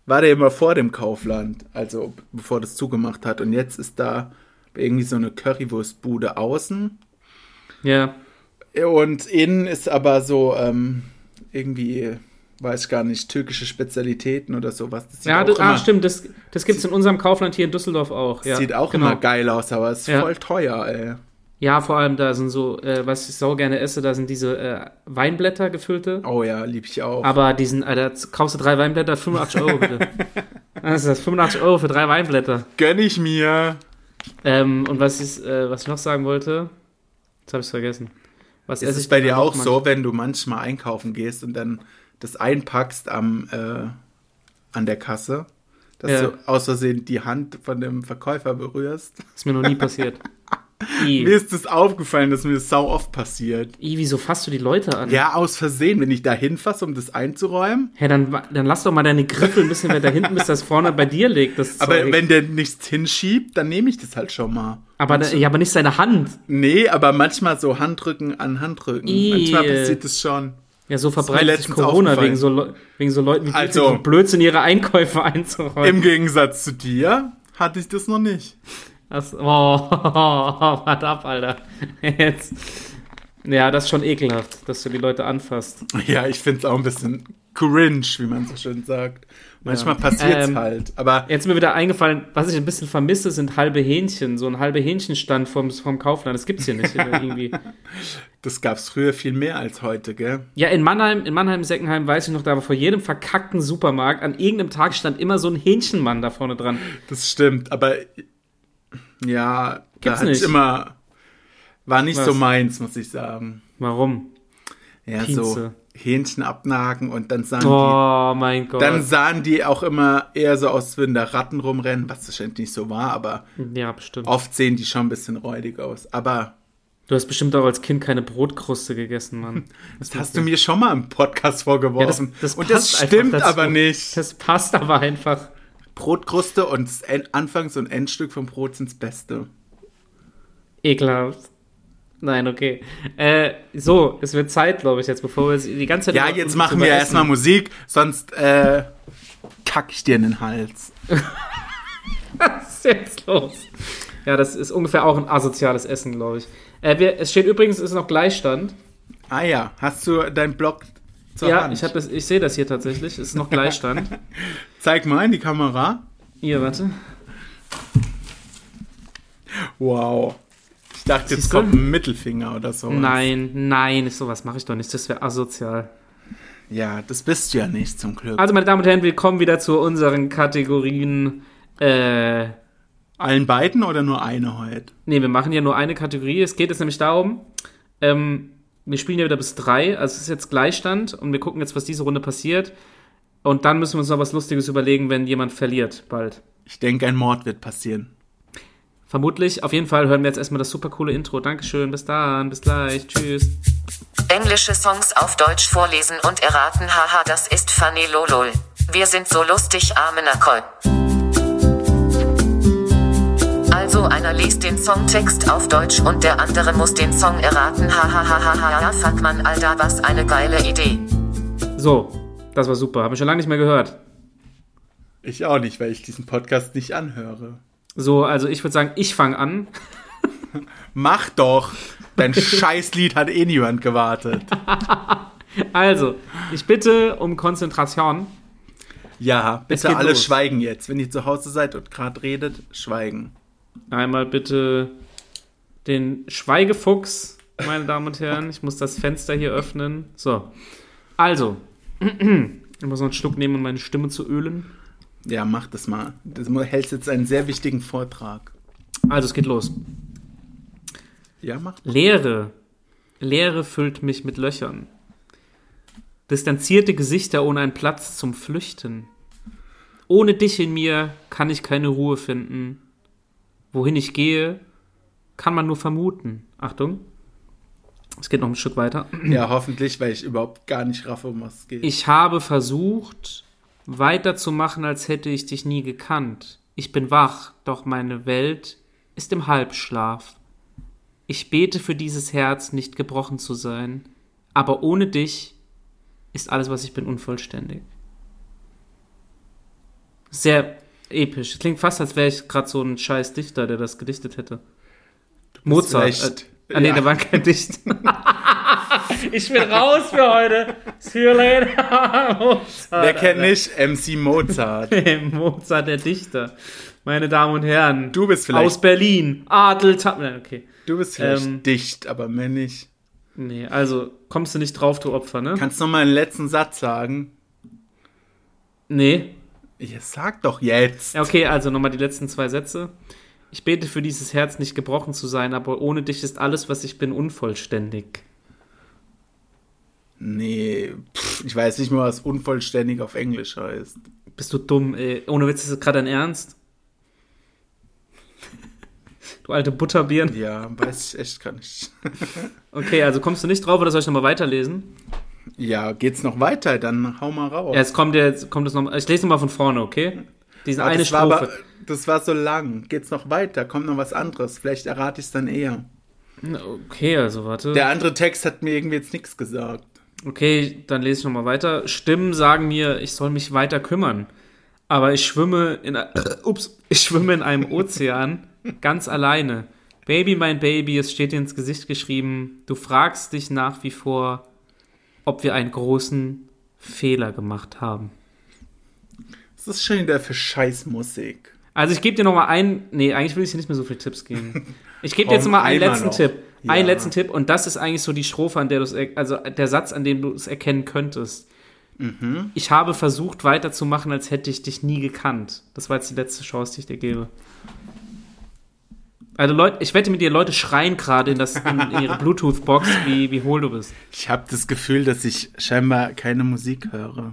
S1: war der immer vor dem Kaufland, also bevor das zugemacht hat. Und jetzt ist da irgendwie so eine Currywurstbude außen.
S2: Ja,
S1: Und innen ist aber so ähm, irgendwie, weiß ich gar nicht, türkische Spezialitäten oder sowas. Das sieht
S2: ja
S1: auch
S2: das,
S1: immer,
S2: ah, stimmt. Das, das gibt es in unserem Kaufland hier in Düsseldorf auch. Ja,
S1: sieht auch immer geil aus, aber ist
S2: Ja.
S1: voll teuer, ey.
S2: Ja, vor allem da sind so, äh, was ich sau gerne esse, da sind diese äh, Weinblätter gefüllte.
S1: Oh ja, lieb ich auch.
S2: Aber diesen, Alter, z- kaufst du drei Weinblätter, 85 Euro bitte. Was ist das? 85 Euro für drei Weinblätter.
S1: Gönn ich mir.
S2: Ähm, und was ich, äh, was ich noch sagen wollte, jetzt habe ich es vergessen. Was
S1: Ist
S2: esse
S1: es
S2: ich
S1: bei
S2: denn
S1: dir
S2: noch
S1: auch
S2: manchmal?
S1: so, wenn du manchmal einkaufen gehst und dann das einpackst am, äh, an der Kasse, dass
S2: Ja.
S1: du aus Versehen die Hand von dem Verkäufer berührst?
S2: Ist mir noch nie passiert. I,
S1: Mir ist das aufgefallen, dass mir das sau oft passiert.
S2: I, wieso fasst du die Leute an?
S1: Ja, aus Versehen, wenn ich da hinfasse, um das einzuräumen.
S2: Hä, dann, wa- dann lass doch mal deine Griffel ein bisschen weiter hinten, bis das vorne bei dir liegt. Das
S1: Aber
S2: Zeug.
S1: wenn der nichts hinschiebt, dann nehme ich das halt schon mal.
S2: aber, da- ja, aber nicht seine Hand.
S1: Nee, aber manchmal so Handrücken an Handrücken.
S2: Ih.
S1: Manchmal passiert das schon.
S2: Ja, so
S1: mir
S2: verbreitet sich
S1: letztens
S2: Corona
S1: aufgefallen.
S2: wegen so, Leu- wegen so Leuten wie
S1: Also.
S2: also. Blödsinn, ihre Einkäufe einzuräumen.
S1: Im Gegensatz zu dir hatte ich das noch nicht.
S2: Das, oh, wart ab, Alter. Jetzt. Ja, das ist schon ekelhaft, dass du die Leute anfasst.
S1: Ja, ich find's auch ein bisschen cringe, wie man so schön sagt. Manchmal passiert's
S2: Ähm,
S1: halt. Aber
S2: Jetzt ist mir wieder eingefallen, was ich ein bisschen vermisse, sind halbe Hähnchen. So ein halbe Hähnchenstand vom, vom Kaufland. Das gibt's hier nicht irgendwie.
S1: das gab's früher viel mehr als heute, gell?
S2: Ja, in Mannheim, in Mannheim, Seckenheim weiß ich noch, da war vor jedem verkackten Supermarkt an irgendeinem Tag stand immer so ein Hähnchenmann da vorne dran.
S1: Das stimmt, aber ja, da
S2: Gibt's
S1: hatte ich
S2: nicht.
S1: immer. War nicht so
S2: Was?
S1: meins, muss ich sagen.
S2: Warum?
S1: Ja, so
S2: Pinze.
S1: Hähnchen abnagen und dann sahen die.
S2: Oh mein Gott.
S1: Dann sahen die auch immer eher so aus, als würden da Ratten rumrennen, was wahrscheinlich nicht so war, aber
S2: ja, bestimmt.
S1: oft sehen die schon ein bisschen räudig aus. Aber
S2: Du hast bestimmt auch als Kind keine Brotkruste gegessen, Mann.
S1: das hast du mir schon mal im Podcast vorgeworfen. und das
S2: passt einfach
S1: stimmt
S2: dazu.
S1: aber nicht.
S2: Das passt aber einfach.
S1: Brotkruste und das En- Anfangs- und Endstück vom Brot sind's Beste.
S2: Ekelhaft. Nein, okay. Äh, so, es wird Zeit, glaube ich, jetzt, bevor wir jetzt die ganze Zeit.
S1: Ja,
S2: über-
S1: jetzt machen wir
S2: über Essen-
S1: erstmal Musik, sonst äh, kack ich dir in den Hals.
S2: Was ist jetzt los? Ja, das ist ungefähr auch ein asoziales Essen, glaube ich. Äh, wir, es steht übrigens, es ist noch Gleichstand.
S1: Ah ja, hast du deinen Blog zur
S2: ja,
S1: Hand.
S2: ich, hab das- ich sehe das hier tatsächlich. Ist noch Gleichstand.
S1: Zeig mal in die Kamera.
S2: Hier, warte.
S1: Wow. Ich dachte, jetzt
S2: Siehst du?
S1: kommt ein Mittelfinger oder so.
S2: Nein, nein, ist sowas mache ich doch nicht. Das wäre asozial.
S1: Ja, das bist du ja nicht zum Glück.
S2: Also, meine Damen und Herren, willkommen wieder zu unseren Kategorien. Äh,
S1: Allen beiden oder nur eine heute?
S2: nee, wir machen ja nur eine Kategorie. Es geht jetzt nämlich darum, ähm, wir spielen ja wieder bis drei. Also, es ist jetzt Gleichstand und wir gucken jetzt, was diese Runde passiert. Und dann müssen wir uns noch was Lustiges überlegen, wenn jemand verliert, bald.
S1: Ich denke, ein Mord wird passieren.
S2: Vermutlich. Auf jeden Fall hören wir jetzt erstmal das super coole Intro. Dankeschön, bis dann, bis gleich, tschüss.
S3: Englische Songs auf Deutsch vorlesen und erraten. Haha, das ist funny lolol. Wir sind so lustig, arme Nacol. Also einer liest den Songtext auf Deutsch und der andere muss den Song erraten. Hahaha, fuck man, Alter, was eine geile Idee.
S2: So, das war super. Haben wir schon lange nicht mehr gehört.
S1: Ich auch nicht, weil ich diesen Podcast nicht anhöre.
S2: So, also ich würde sagen, ich fange an.
S1: Mach doch! Dein Scheißlied hat eh niemand gewartet.
S2: Also, ich bitte um Konzentration.
S1: Ja,
S2: Es
S1: bitte
S2: geht
S1: alle
S2: los.
S1: schweigen jetzt. Wenn ihr zu Hause seid und gerade redet, schweigen.
S2: Einmal bitte den Schweigefuchs, meine Damen und Herren. Ich muss das Fenster hier öffnen. So. Also, ich muss noch einen Schluck nehmen, um meine Stimme zu ölen.
S1: Ja, mach das mal. Du hältst jetzt einen sehr wichtigen Vortrag.
S2: Also, es geht los.
S1: Ja, mach.
S2: Leere. Leere füllt mich mit Löchern. Distanzierte Gesichter ohne einen Platz zum Flüchten. Ohne dich in mir kann ich keine Ruhe finden. Wohin ich gehe, kann man nur vermuten. Achtung. Es geht noch ein Stück weiter.
S1: Ja, hoffentlich, weil ich überhaupt gar nicht raffe, um was es geht.
S2: Ich habe versucht, weiterzumachen, als hätte ich dich nie gekannt. Ich bin wach, doch meine Welt ist im Halbschlaf. Ich bete für dieses Herz, nicht gebrochen zu sein. Aber ohne dich ist alles, was ich bin, unvollständig. Sehr episch. Klingt fast, als wäre ich gerade so ein scheiß Dichter, der das gedichtet hätte. Mozart.
S1: vielleicht-
S2: Äh, ah, nee,
S1: ja.
S2: der war kein Dichter. ich bin raus für heute. See you later. Mozart.
S1: Wer kennt nicht MC Mozart?
S2: Mozart, der Dichter. Meine Damen und Herren.
S1: Du bist vielleicht,
S2: Aus Berlin. Adel. Ta- Nein, okay.
S1: du bist vielleicht
S2: ähm,
S1: dicht, aber mehr nicht.
S2: Nee, also kommst du nicht drauf, du Opfer, ne?
S1: Kannst du noch mal einen letzten Satz sagen?
S2: nee.
S1: Ja, sag doch jetzt.
S2: Ja, Okay, also nochmal die letzten zwei Sätze. Ich bete für dieses Herz nicht gebrochen zu sein, aber ohne dich ist alles, was ich bin, unvollständig.
S1: Nee, pff, ich weiß nicht mehr, was unvollständig auf Englisch heißt.
S2: Bist du dumm, ey. Ohne Witz ist es gerade dein Ernst. Du alte Butterbirn.
S1: Ja, weiß ich echt gar nicht.
S2: Okay, also kommst du nicht drauf oder soll ich nochmal weiterlesen?
S1: Ja, geht's noch weiter? Dann hau mal raus.
S2: Ja, jetzt kommt jetzt kommt es nochmal. Ich lese nochmal von vorne, okay? Diese
S1: Aber
S2: eine
S1: das, war
S2: Strophe.
S1: aber, das war so lang. Geht's noch weiter? Kommt noch was anderes? Vielleicht errate ich es dann eher.
S2: Okay, also warte.
S1: Der andere Text hat mir irgendwie jetzt nichts gesagt.
S2: Okay, dann lese ich nochmal weiter. Stimmen sagen mir, ich soll mich weiter kümmern. Aber ich schwimme in, a- ups, ich schwimme in einem Ozean, ganz alleine. Baby, mein Baby, es steht dir ins Gesicht geschrieben. Du fragst dich nach wie vor, ob wir einen großen Fehler gemacht haben.
S1: Was ist schon wieder für Scheißmusik?
S2: Also ich gebe dir nochmal einen, nee, eigentlich will ich dir nicht mehr so viele Tipps geben. Ich gebe dir jetzt
S1: Komm,
S2: mal einen
S1: einmal
S2: letzten
S1: noch.
S2: Tipp. Einen
S1: Ja.
S2: letzten Tipp und das ist eigentlich so die Strophe, an der du es, er- also der Satz, an dem du es erkennen könntest.
S1: Mhm.
S2: Ich habe versucht weiterzumachen, als hätte ich dich nie gekannt. Das war jetzt die letzte Chance, die ich dir gebe. Also Leute, ich wette mit dir, Leute schreien gerade in, das- in, in ihre Bluetooth-Box, wie, wie hohl du bist.
S1: Ich habe das Gefühl, dass ich scheinbar keine Musik höre.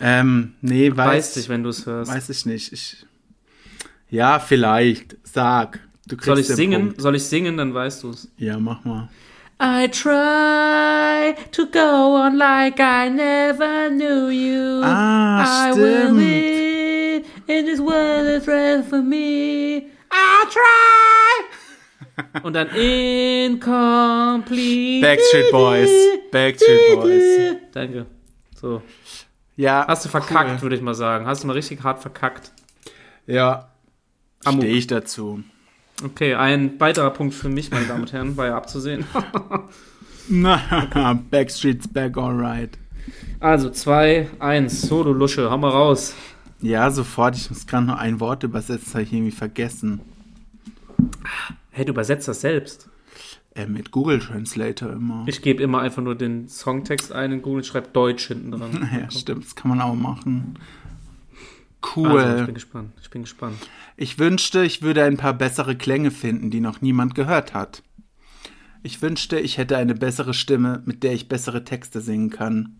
S1: Ähm, nee, weiß,
S2: Weiß dich, wenn du es hörst.
S1: weiß ich nicht. Ich, ja, vielleicht. Sag. Du kriegst
S2: Soll ich
S1: den
S2: singen?
S1: Punkt.
S2: Soll ich singen, dann weißt du es.
S1: Ja, mach mal.
S2: I try to go on like I never knew you.
S1: Ah,
S2: I will
S1: stimmt.
S2: live in this world that's right for me. I try. Und dann incomplete.
S1: Backstreet Boys. Backstreet Boys.
S2: Danke. So.
S1: Ja.
S2: Hast du verkackt,
S1: Cool.
S2: würde ich mal sagen. Hast du mal richtig hart verkackt.
S1: Ja.
S2: Amok.
S1: Stehe ich dazu.
S2: Okay, ein weiterer Punkt für mich, meine Damen und Herren, war ja abzusehen.
S1: Na, Backstreet's back, alright.
S2: Also 2, 1, so du Lusche, hau mal raus.
S1: Ja, sofort. Ich muss gerade noch ein Wort übersetzen, das habe ich irgendwie vergessen.
S2: Hey, du übersetzt das selbst.
S1: Äh, mit Google Translator immer.
S2: Ich gebe immer einfach nur den Songtext ein in Google und schreibe Deutsch hinten dran.
S1: ja, stimmt. Das kann man auch machen.
S2: Also,
S1: Cool.
S2: ich bin gespannt. Ich bin gespannt.
S1: Ich wünschte, ich würde ein paar bessere Klänge finden, die noch niemand gehört hat. Ich wünschte, ich hätte eine bessere Stimme, mit der ich bessere Texte singen kann.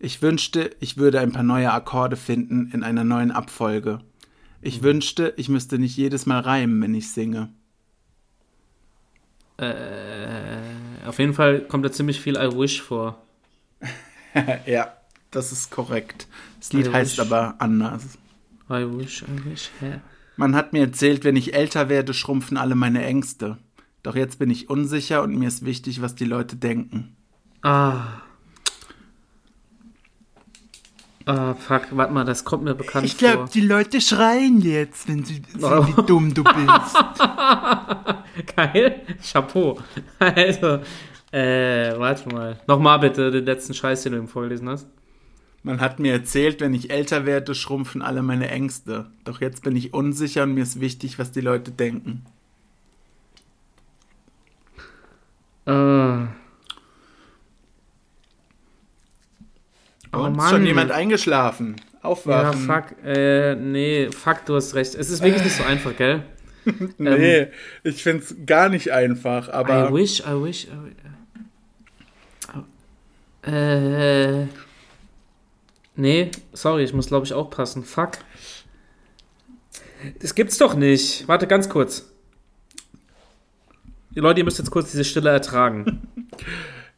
S1: Ich wünschte, ich würde ein paar neue Akkorde finden in einer neuen Abfolge. Ich wünschte, ich müsste nicht jedes Mal reimen, wenn ich singe.
S2: Auf jeden Fall kommt da ziemlich viel I Wish vor.
S1: Ja, das ist korrekt. Das Lied
S2: Also,
S1: heißt
S2: ich-
S1: aber anders.
S2: I Wish, I Wish, hä?
S1: Man hat mir erzählt, wenn ich älter werde, schrumpfen alle meine Ängste. Doch jetzt bin ich unsicher und mir ist wichtig, was die Leute denken.
S2: Ah. Ah, fuck, warte mal, das kommt mir bekannt
S1: Ich glaube,
S2: vor.
S1: die Leute schreien jetzt, wenn sie sehen,
S2: Oh.
S1: wie dumm du bist.
S2: Geil, Chapeau. Also, äh, warte mal. Nochmal bitte den letzten Scheiß, den du ihm vorgelesen hast.
S1: Man hat mir erzählt, wenn ich älter werde, schrumpfen alle meine Ängste. Doch jetzt bin ich unsicher und mir ist wichtig, was die Leute denken.
S2: Äh.
S1: Oh, ist schon jemand eingeschlafen.
S2: Ja,
S1: Aufwachen.
S2: fuck, äh, nee, fuck, du hast recht. Es ist wirklich nicht so einfach, gell?
S1: Nee, ich find's gar nicht einfach,
S2: ähm. I
S1: aber
S2: wish, I wish, I wish. Äh. Nee, sorry, ich muss glaube ich auch passen. Fuck. Das gibt's doch nicht. Warte ganz kurz. Die Leute, ihr müsst jetzt kurz diese Stille ertragen.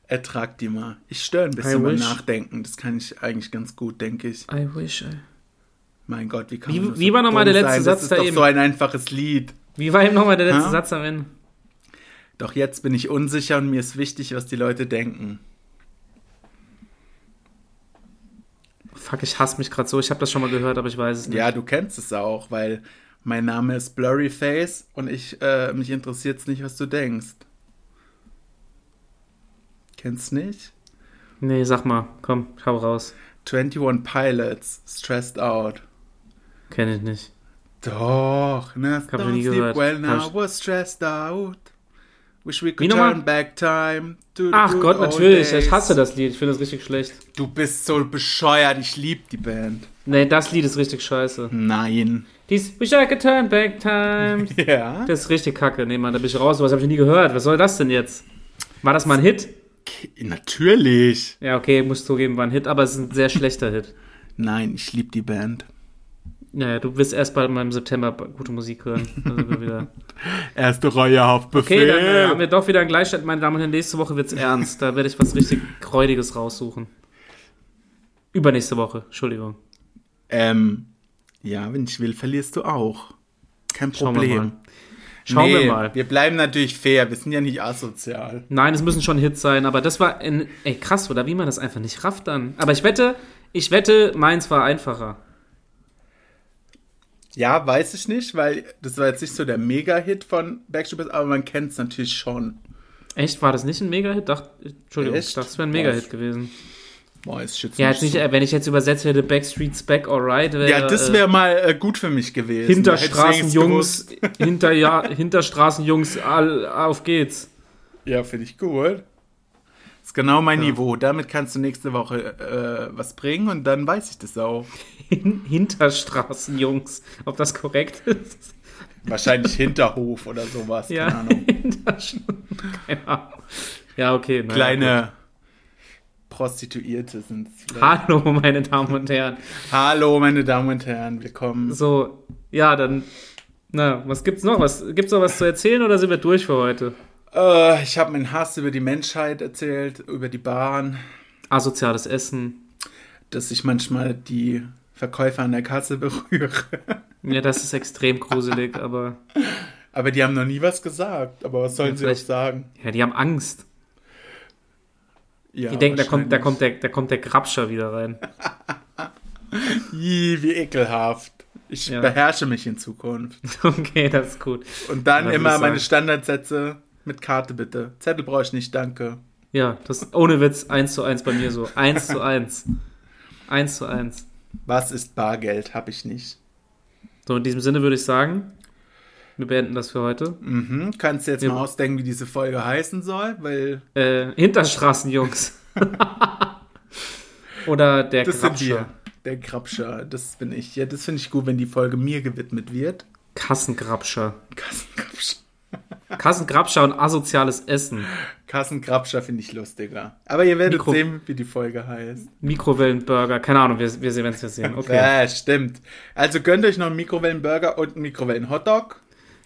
S1: ertrag die mal. Ich störe ein bisschen
S2: I
S1: beim
S2: wish.
S1: Nachdenken. Das kann ich eigentlich ganz gut, denke ich.
S2: I wish. I...
S1: Mein Gott, wie kann
S2: Wie-
S1: man das
S2: wie
S1: so
S2: war noch mal
S1: dumm
S2: der
S1: sein?
S2: letzte Satz
S1: Das ist
S2: da
S1: doch
S2: eben?
S1: so ein einfaches Lied.
S2: Wie war eben nochmal der letzte
S1: Hä?
S2: Satz am Ende?
S1: Doch jetzt bin ich unsicher und mir ist wichtig, was die Leute denken.
S2: Fuck, ich hasse mich gerade so. Ich habe das schon mal gehört, aber ich weiß es nicht.
S1: Ja, du kennst es auch, weil mein Name ist Blurryface und ich, äh, mich interessiert's nicht, was du denkst. Kennst nicht?
S2: Nee, sag mal. Komm, hau raus.
S1: 21 Pilots, Stressed Out.
S2: Kenn ich nicht.
S1: Doch, ne?
S2: Hab ich nie gehört.
S1: well now,
S2: Hab ich-
S1: was stressed out. Wish we
S2: Wie
S1: could
S2: nochmal?
S1: turn back time to the
S2: Ach
S1: good
S2: Gott,
S1: old
S2: natürlich.
S1: days.
S2: Ich hasse das Lied. Ich finde das richtig schlecht.
S1: Du bist so bescheuert, ich lieb die Band.
S2: Nee, das Lied ist richtig scheiße.
S1: Nein.
S2: Dies Wish I could turn back time.
S1: Ja?
S2: Das ist richtig kacke. Nee, Mann, da bin ich raus. Sowas habe ich nie gehört. Was soll das denn jetzt? War das mal ein Hit?
S1: Natürlich.
S2: Ja, okay, muss zugeben, war ein Hit, aber es ist ein sehr schlechter Hit.
S1: Nein, ich lieb die Band.
S2: Naja, du wirst erst bald mal im September gute Musik hören. Da sind wir wieder.
S1: Erste Reihe Haftbefehl.
S2: Okay, dann äh, haben wir doch wieder einen Gleichstand, meine Damen und Herren. Nächste Woche wird's ernst. Da werde ich was richtig Kräudiges raussuchen. Übernächste Woche, Entschuldigung.
S1: ähm, ja, wenn ich will, verlierst du auch. Kein
S2: Schauen wir
S1: Problem.
S2: mal. Schauen
S1: Nee,
S2: wir mal.
S1: Wir bleiben natürlich fair, wir sind ja nicht asozial.
S2: Nein, es müssen schon Hits sein, aber das war ein, ey, krass, oder wie man das einfach nicht rafft dann. Aber ich wette, ich wette, meins war einfacher.
S1: Ja, weiß ich nicht, weil das war jetzt nicht so der Mega-Hit von Backstreet Boys, aber man kennt es natürlich schon.
S2: Echt? War das nicht ein Mega-Hit? Dacht, Entschuldigung,
S1: Echt?
S2: ich dachte, es wäre ein Mega-Hit
S1: Was?
S2: gewesen.
S1: Boah, ist jetzt
S2: Ja, jetzt nicht,
S1: so.
S2: äh, wenn ich jetzt übersetzt hätte, Backstreet's Back Alright, wäre.
S1: ja, das
S2: äh,
S1: wäre mal äh, gut für mich gewesen.
S2: Hinterstraßenjungs,
S1: Hätte ich wenigstens
S2: hinter, ja, Hinterstraßenjungs, all, auf geht's.
S1: gewusst. Ja, finde ich gut. Ist genau mein Niveau. Damit kannst du nächste Woche äh, was bringen und dann weiß ich das auch.
S2: Hin, Hinterstraßenjungs, ob das korrekt ist.
S1: Wahrscheinlich Hinterhof oder sowas,
S2: Ja,
S1: keine Ahnung.
S2: Hinterstraßen- keine Ahnung. Ja, okay. naja, gut.
S1: Kleine Prostituierte sind es. vielleicht.
S2: Hallo, meine Damen und Herren.
S1: Hallo, meine Damen und Herren, willkommen.
S2: So, ja, dann. Na, was gibt's noch? Was gibt's noch was zu erzählen oder sind wir durch für heute?
S1: Äh, ich habe meinen Hass über die Menschheit erzählt, über die Bahn,
S2: Asoziales Essen.
S1: dass ich manchmal die Verkäufer an der Kasse berühre.
S2: Ja, das ist extrem gruselig, aber
S1: Aber die haben noch nie was gesagt. Aber was sollen
S2: Ja,
S1: sie auch
S2: vielleicht-
S1: sagen?
S2: ja, die haben Angst.
S1: Ja,
S2: Die denken, da kommt, da kommt der, da kommt der Grabscher wieder rein.
S1: wahrscheinlich. Ih, wie ekelhaft. Ich
S2: Ja.
S1: beherrsche mich in Zukunft.
S2: Okay, das ist gut.
S1: Und dann
S2: Dann würde
S1: immer
S2: ich
S1: meine
S2: sagen-
S1: Standardsätze mit Karte bitte. Zettel brauche ich nicht, danke.
S2: Ja, das ohne Witz eins zu eins bei mir so. Eins zu eins. Eins zu eins.
S1: Was ist Bargeld? Hab ich nicht.
S2: So, in diesem Sinne würde ich sagen, wir beenden das für heute.
S1: Mhm. Kannst du jetzt
S2: Ja.
S1: mal ausdenken, wie diese Folge heißen soll? Weil
S2: Äh, Hinterstraßenjungs. Oder der
S1: das sind wir.
S2: Krabscher.
S1: Der Krabscher, das bin ich. Ja, das finde ich gut, wenn die Folge mir gewidmet wird.
S2: Kassengrabscher.
S1: Kassenkrabscher.
S2: Kassengrabscher und asoziales Essen.
S1: Kassenkrabscher finde ich lustiger. Aber ihr werdet
S2: Mikro-
S1: sehen, wie die Folge heißt.
S2: Mikrowellenburger. Keine Ahnung, wir, wir werden es ja sehen. Okay.
S1: Ja, stimmt. Also gönnt euch noch einen Mikrowellenburger und einen Mikrowellenhotdog.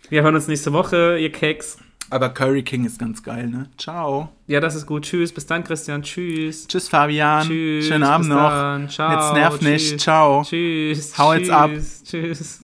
S2: Wir hören uns nächste Woche, ihr Keks.
S1: Aber Curry King ist ganz geil, ne? Ciao.
S2: Ja, das ist gut. Tschüss. Bis dann, Christian. Tschüss.
S1: Tschüss, Fabian.
S2: Tschüss.
S1: Schönen Abend
S2: bis
S1: noch.
S2: Dann. Ciao.
S1: Jetzt nerv
S2: tschüss.
S1: nicht. Ciao.
S2: Tschüss.
S1: Hau jetzt ab.
S2: Tschüss. Tschüss.